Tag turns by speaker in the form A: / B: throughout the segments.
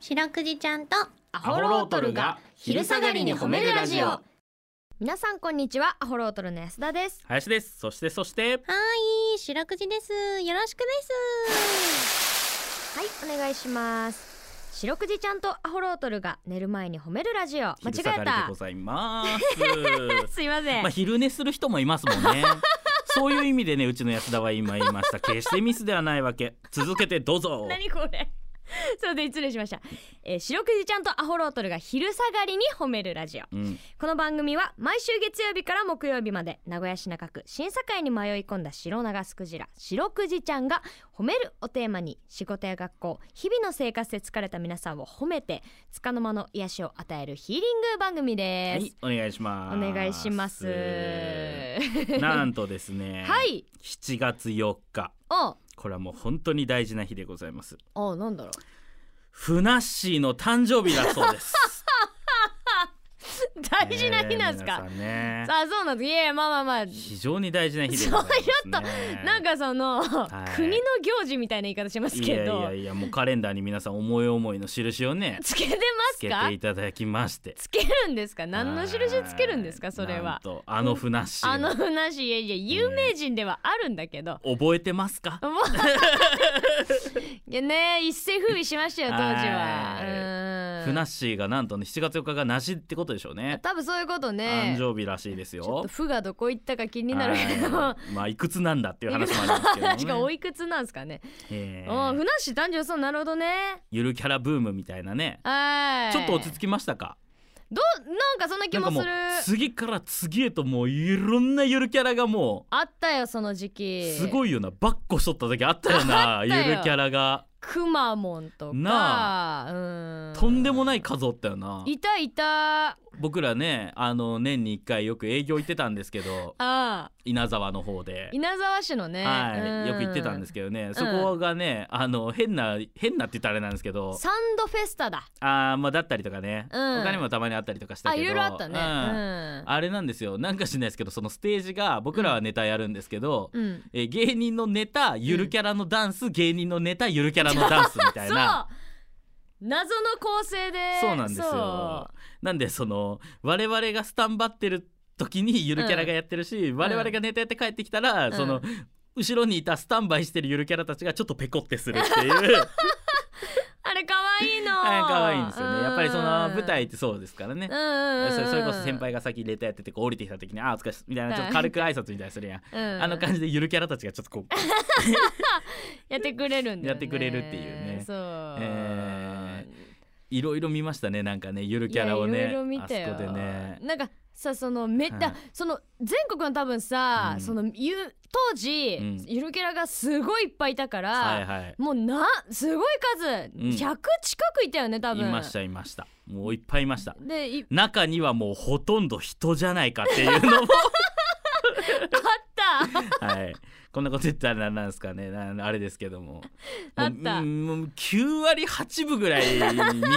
A: 白くじちゃんとア
B: ホロートルが昼下がりに褒めるラジオ
C: 皆さんこんにちはアホロートルの安田です
B: 林ですそしてそして
A: はい白くじですよろしくです
C: はいお願いします白くじちゃんとアホロートルが寝る前に褒めるラジオ間違
B: 昼下
C: え
B: がりで
C: た
B: ございます
C: すいません、
B: まあ昼寝する人もいますも んねそういう意味でねうちの安田は今言いました決してミスではないわけ続けてどうぞ
C: 何これ そうで失礼しました、えー、白くじちゃんとアホロートルが昼下がりに褒めるラジオ
B: うん、
C: この番組は毎週月曜日から木曜日まで名古屋市中区審査会に迷い込んだ白長スクジラ白くじちゃんが褒めるをテーマに仕事や学校日々の生活で疲れた皆さんを褒めて束の間の癒しを与えるヒーリング番組
B: は
C: で
B: い
C: す、
B: お願いします
C: お願いします
B: なんとですね
C: はい
B: 7月4日
C: お
B: これはもう本当に大事な日でございます
C: おなんだろ
B: ふなっしーの誕生日だそうです
C: う 大事な日なんですか、
B: ねえ皆さんね
C: さあそうなんですいやまあまあまあ
B: 非常に大事な日でございます、ね、
C: なんかその、
B: い
C: 国の行事みたいな言い方します
B: い
C: け
B: やい
C: ど
B: やいやもうカレンダーに皆さん思い思いの印をね
C: つけてま
B: つ
C: す
B: け
C: か
B: ていただきまして
C: つけるんですか何の印つけるんですかそれ
B: なん
C: は
B: とあのふなっしー
C: あ
B: の
C: の話いやいや有名人ではあるんだけど、
B: 覚えてますか
C: もういやね一世風靡しましたよ当時
B: は
C: は
B: いうふ
C: ん
B: なっしーがなんとね7月4日が梨ってことでしょうね
C: 多分そういうことね
B: 誕生日らしいです
C: ちょっ
B: よ
C: と負がどこ行ったか気になるけど
B: は
C: 確
B: いまあいくつなんだっていう話もありますけどね
C: か おいくつなんですかね、
B: え
C: お
B: ー
C: ーふなっしー誕生そうなるほどね
B: ゆるキャラブームみたいなね
C: はい
B: ちょっと落ち着きましたか
C: どうなんかそんな気
B: なん
C: も
B: かも
C: す
B: う
C: る
B: 次から次へともういろんなゆるキャラがも
C: あったよその時
B: う
C: 期
B: すごいよなばっこしとった時あったよ な
C: たよ
B: ゆるキャラが
C: くまモンとか
B: な
C: うん
B: とんでもない数おったよない
C: たいたあ
B: 僕らねあの年に1回よく営業行ってたんですけど
C: あ
B: 稲沢の方で。
C: 稲沢市のね、
B: はい、よく行ってたんです
C: け
B: けどね、そこがねあの変な変なって言ったらあれなんですけ
C: ど
B: ど
C: サンドフェスタだ
B: あー、まあ、だったりとかね、
C: うん
B: 他にもたまにあったりとかした
C: あ
B: けど
C: いろいろあったね
B: うんあれなんですよなんかしないですけどそのステージが僕らはネタやるんですけど、
C: うん、うん、
B: えー芸人のネタゆるキャラのダンス、芸人のネタゆるキャラのダンスみたい
C: そう
B: な。
C: 謎の構成で
B: そうなんですよ
C: そ
B: なんでその我々がスタンバってる時にゆるキャラがやってるし、我々がネタやって帰ってきたら、
C: うん
B: その後ろにいたスタンバイしてるゆるキャラたちがちょっとペコってするって いう。
C: あれ可愛いの
B: はい、可愛いんですよね。やっぱりその
C: うん
B: 舞台ってそうですからね
C: うん。うんうん
B: それそれこそ先輩が先レタやっててこう降りてきた時に「あーお疲れっす」みたいなちょっと軽く挨拶みたいなするやん、
C: うん
B: あの感じでゆるキャラたちがちょっとこう、
C: やってくれるんだよね
B: やってくれるっていうね
C: そう、
B: えーいろいろ見ましたねなんかねゆるキャラを
C: い
B: ね
C: やいろいろ見
B: あそ
C: たよ
B: こでね
C: なんかさそのめっ
B: はい
C: だその全国の多分さ、
B: うん
C: そのゆ当時、
B: うん
C: ゆるキャラがすごいいっぱいいたから、
B: はいはい
C: もうなすごい数、
B: ん
C: 100近くいたよね多
B: い
C: 分
B: ましたいましたもういっぱいいました
C: でい
B: 中にはもうほとんど人じゃないかっていうのも
C: あった
B: はいこんなこと言ったらなんなんですかねなあれですけどももう
C: あった
B: うんもう9割8分ぐらい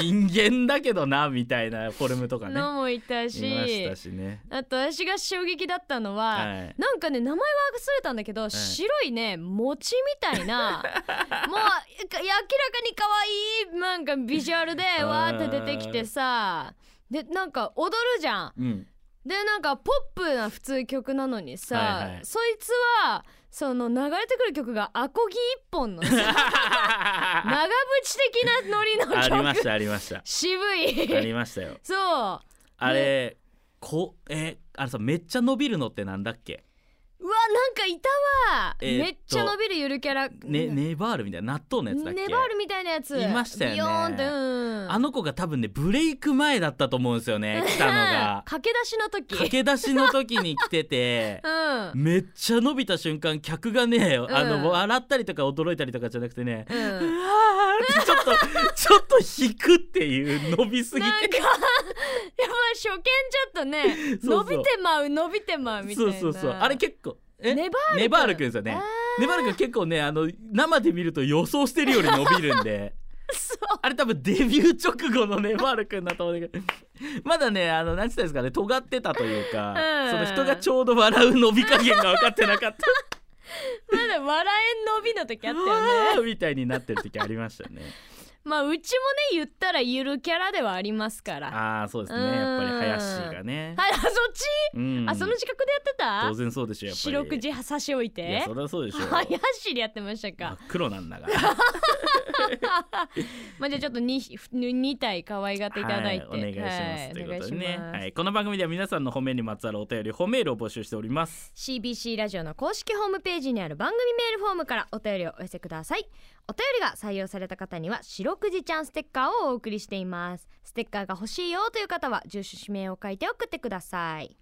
B: 人間だけどなみたいなフォルムとかね
C: のもいたし
B: いましたしね
C: あと私が衝撃だったのは、
B: はい
C: なんかね名前は忘れたんだけど、白いね餅みたい なもうか明らかに可愛いなんかビジュアルで
B: うん
C: わーって出てきてさでなんか踊るじゃん
B: うん
C: でなんかポップな普通曲なのにさ、
B: はいはい
C: そいつはその流れてくる曲がアコギ一本のさ
B: あ
C: 長渕的なノリの曲
B: りましたありました
C: 渋
B: あり
C: い
B: ましたよ
C: そう
B: あれこえあれさめっちゃ伸びるのってなんだっけ
C: うわなんかいたわ、
B: えーっと
C: めっちゃ伸びるゆるキャラ、
B: ねネバールみたいな納豆のやつだっけ
C: ネバールみたいなやつ
B: いましたよね
C: ビヨーンってうん
B: あの子が多分ねブレイク前だったと思うんですよね来たの
C: うん
B: が
C: 駆け出しの時
B: 駆け出しの時に来てて
C: うん
B: めっちゃ伸びた瞬間客がねあ
C: うん
B: の笑ったりとか驚いたりとかじゃなくてね
C: う
B: うんわーってちょっと ちょっと引くっていう伸びすぎて
C: なんか やっぱ初見ちょっとね
B: そうそう
C: 伸びてまう伸びてまうみたい
B: そう
C: な
B: そうそうあれ結構え
C: ネバール君
B: ネバールくんですよね
C: あ
B: ネバールくん結構ねあの生で見ると予想してるより伸びるんで
C: そう
B: あれ多分デビュー直後のネバールくんだと思うんだけどまだねあの何て言ったんですかね尖ってたというか、
C: うん
B: その人がちょうど笑う伸び加減が分かってなかった
C: まだ笑えん伸びの時あったよね
B: うわーみたいになってる時ありましたね
C: まあうちもね言ったらゆるキャラでは ありますから
B: ああそうですねやっぱり林がね、
C: はいあそっち、
B: うん
C: あその近くでやってた
B: 当然そうでしょやっぱり
C: 四六時差し置い
B: いや
C: て
B: そりゃそうでしょ
C: はやしでやってました
B: 真
C: か
B: っ黒なんだ から
C: まあじゃあちょっと 2, 2体可愛がっていただいて、
B: はい、お願いします、
C: はい
B: という
C: お願
B: こ
C: い
B: と
C: し
B: でね、
C: ます
B: はい、この番組では皆さんの褒めにまつわるお便り褒めるを募集しております
C: CBC ラジオの公式ホームページにある番組メールフォームからお便りをお寄せくださいお便りが採用された方には「白くじちゃんステッカー」をお送りしていますステッカーが欲しいよという方は住所氏名を書いて送ってください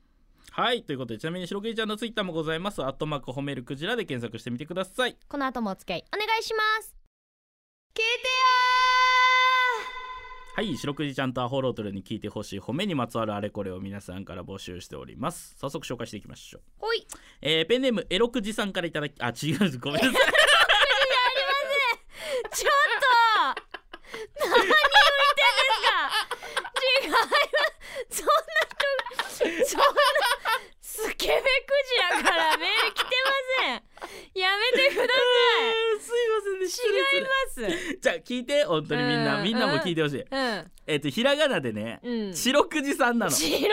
B: はいということでちなみに白くじちゃんのツイッターもございますアットマーク褒めるクジラで検索してみてください
C: この後もお付き合いお願いします聞いてよ
B: はい白くじちゃんとアホロートルに聞いてほしい褒めにまつわるあれこれを皆さんから募集しております早速紹介していきましょう、
C: ーほい
B: えーペンネームエロくじさんからいただきあ違うごめん なさい
C: ちょっと何言ってんですか違いますそんなとそんなスケベクジラからメール来てませんやめてくだ
B: すいませんね失礼
C: さい違い
B: じゃあ聞いて本当にみんな、
C: うん
B: みんなも聞いてほしい、
C: ます
B: えっ、とひらがなでね、
C: うんうん
B: 白くじさんなの
C: 白くじ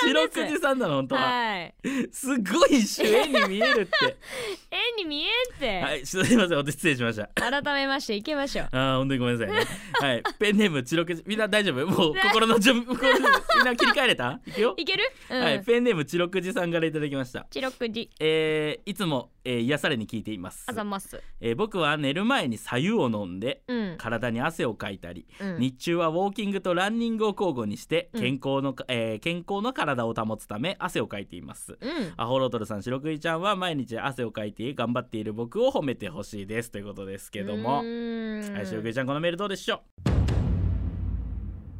C: さん
B: 白
C: です
B: くじさんなの本当は、
C: はい
B: すごい主演に見えるって
C: 絵に見えって、
B: はいすいません私失礼しまし
C: 改
B: た
C: めましていきましょう
B: あー本当にごめんなさいねはいペンネームチロクジみんな大丈夫もう心の準備心の準備みんな切り替えれたいくよ
C: いける、うん
B: はいペンネームチロクジさんからいただきました
C: 白くじ
B: えーいつも、えー癒されに聞いています
C: あ、ざます
B: えー僕は寝る前に左右を飲んで
C: うん、
B: 体に汗をかいたり
C: うん
B: 日中はウォーキングとランニングを交互にして
C: うん
B: 健康のか、えー健康の体を保つため汗をかいています
C: うん
B: アホロトルさん白クイちゃんは毎日汗をかいて頑張っている僕を褒めてほしいですということですけども
C: うーん
B: はい白クイちゃんこのメールどうでしょ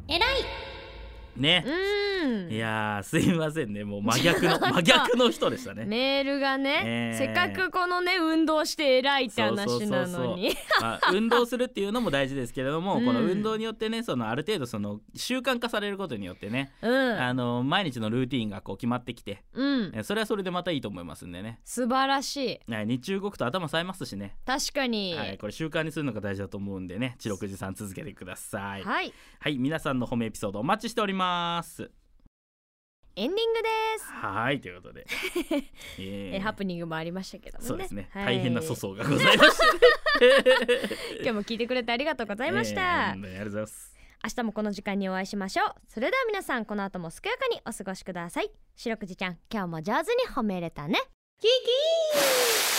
A: えらいう
B: ね
C: うん
B: いやーすいませんねもう真逆 の真逆の人でしたね
C: メールがね、
B: ねえ
C: せっかくこのね運動して偉いって話なのに
B: まあ、運動するっていうのも大事ですけれども、
C: うん
B: この運動によってねそのある程度その習慣化されることによってね、
C: うん
B: あの毎日のルーティンがこう決まってきて
C: うん
B: えそれはそれでまたいいと思いますんでね
C: 素晴らしい
B: はい日中動くと頭冴えますしね
C: 確かに
B: はい、これ習慣にするのが大事だと思うんでね、ちろくじさん続けてください。はい、
C: はい
B: 皆さんの褒めエピソードお待ちしております。
C: エンディングです
B: はい、ということ で、え
C: えハプニングもありましたけどもね
B: そうですね、
C: はい
B: 大変な粗相がございました。
C: 今日も聞いてくれて ありがとうございまし
B: えー
C: た、
B: 本当にありがとうございます。
C: 明日もこの時間にお会いしましょうそれでは皆さんこの後も健やかにお過ごしください白くじちゃん今日も上手に褒めれたねキキー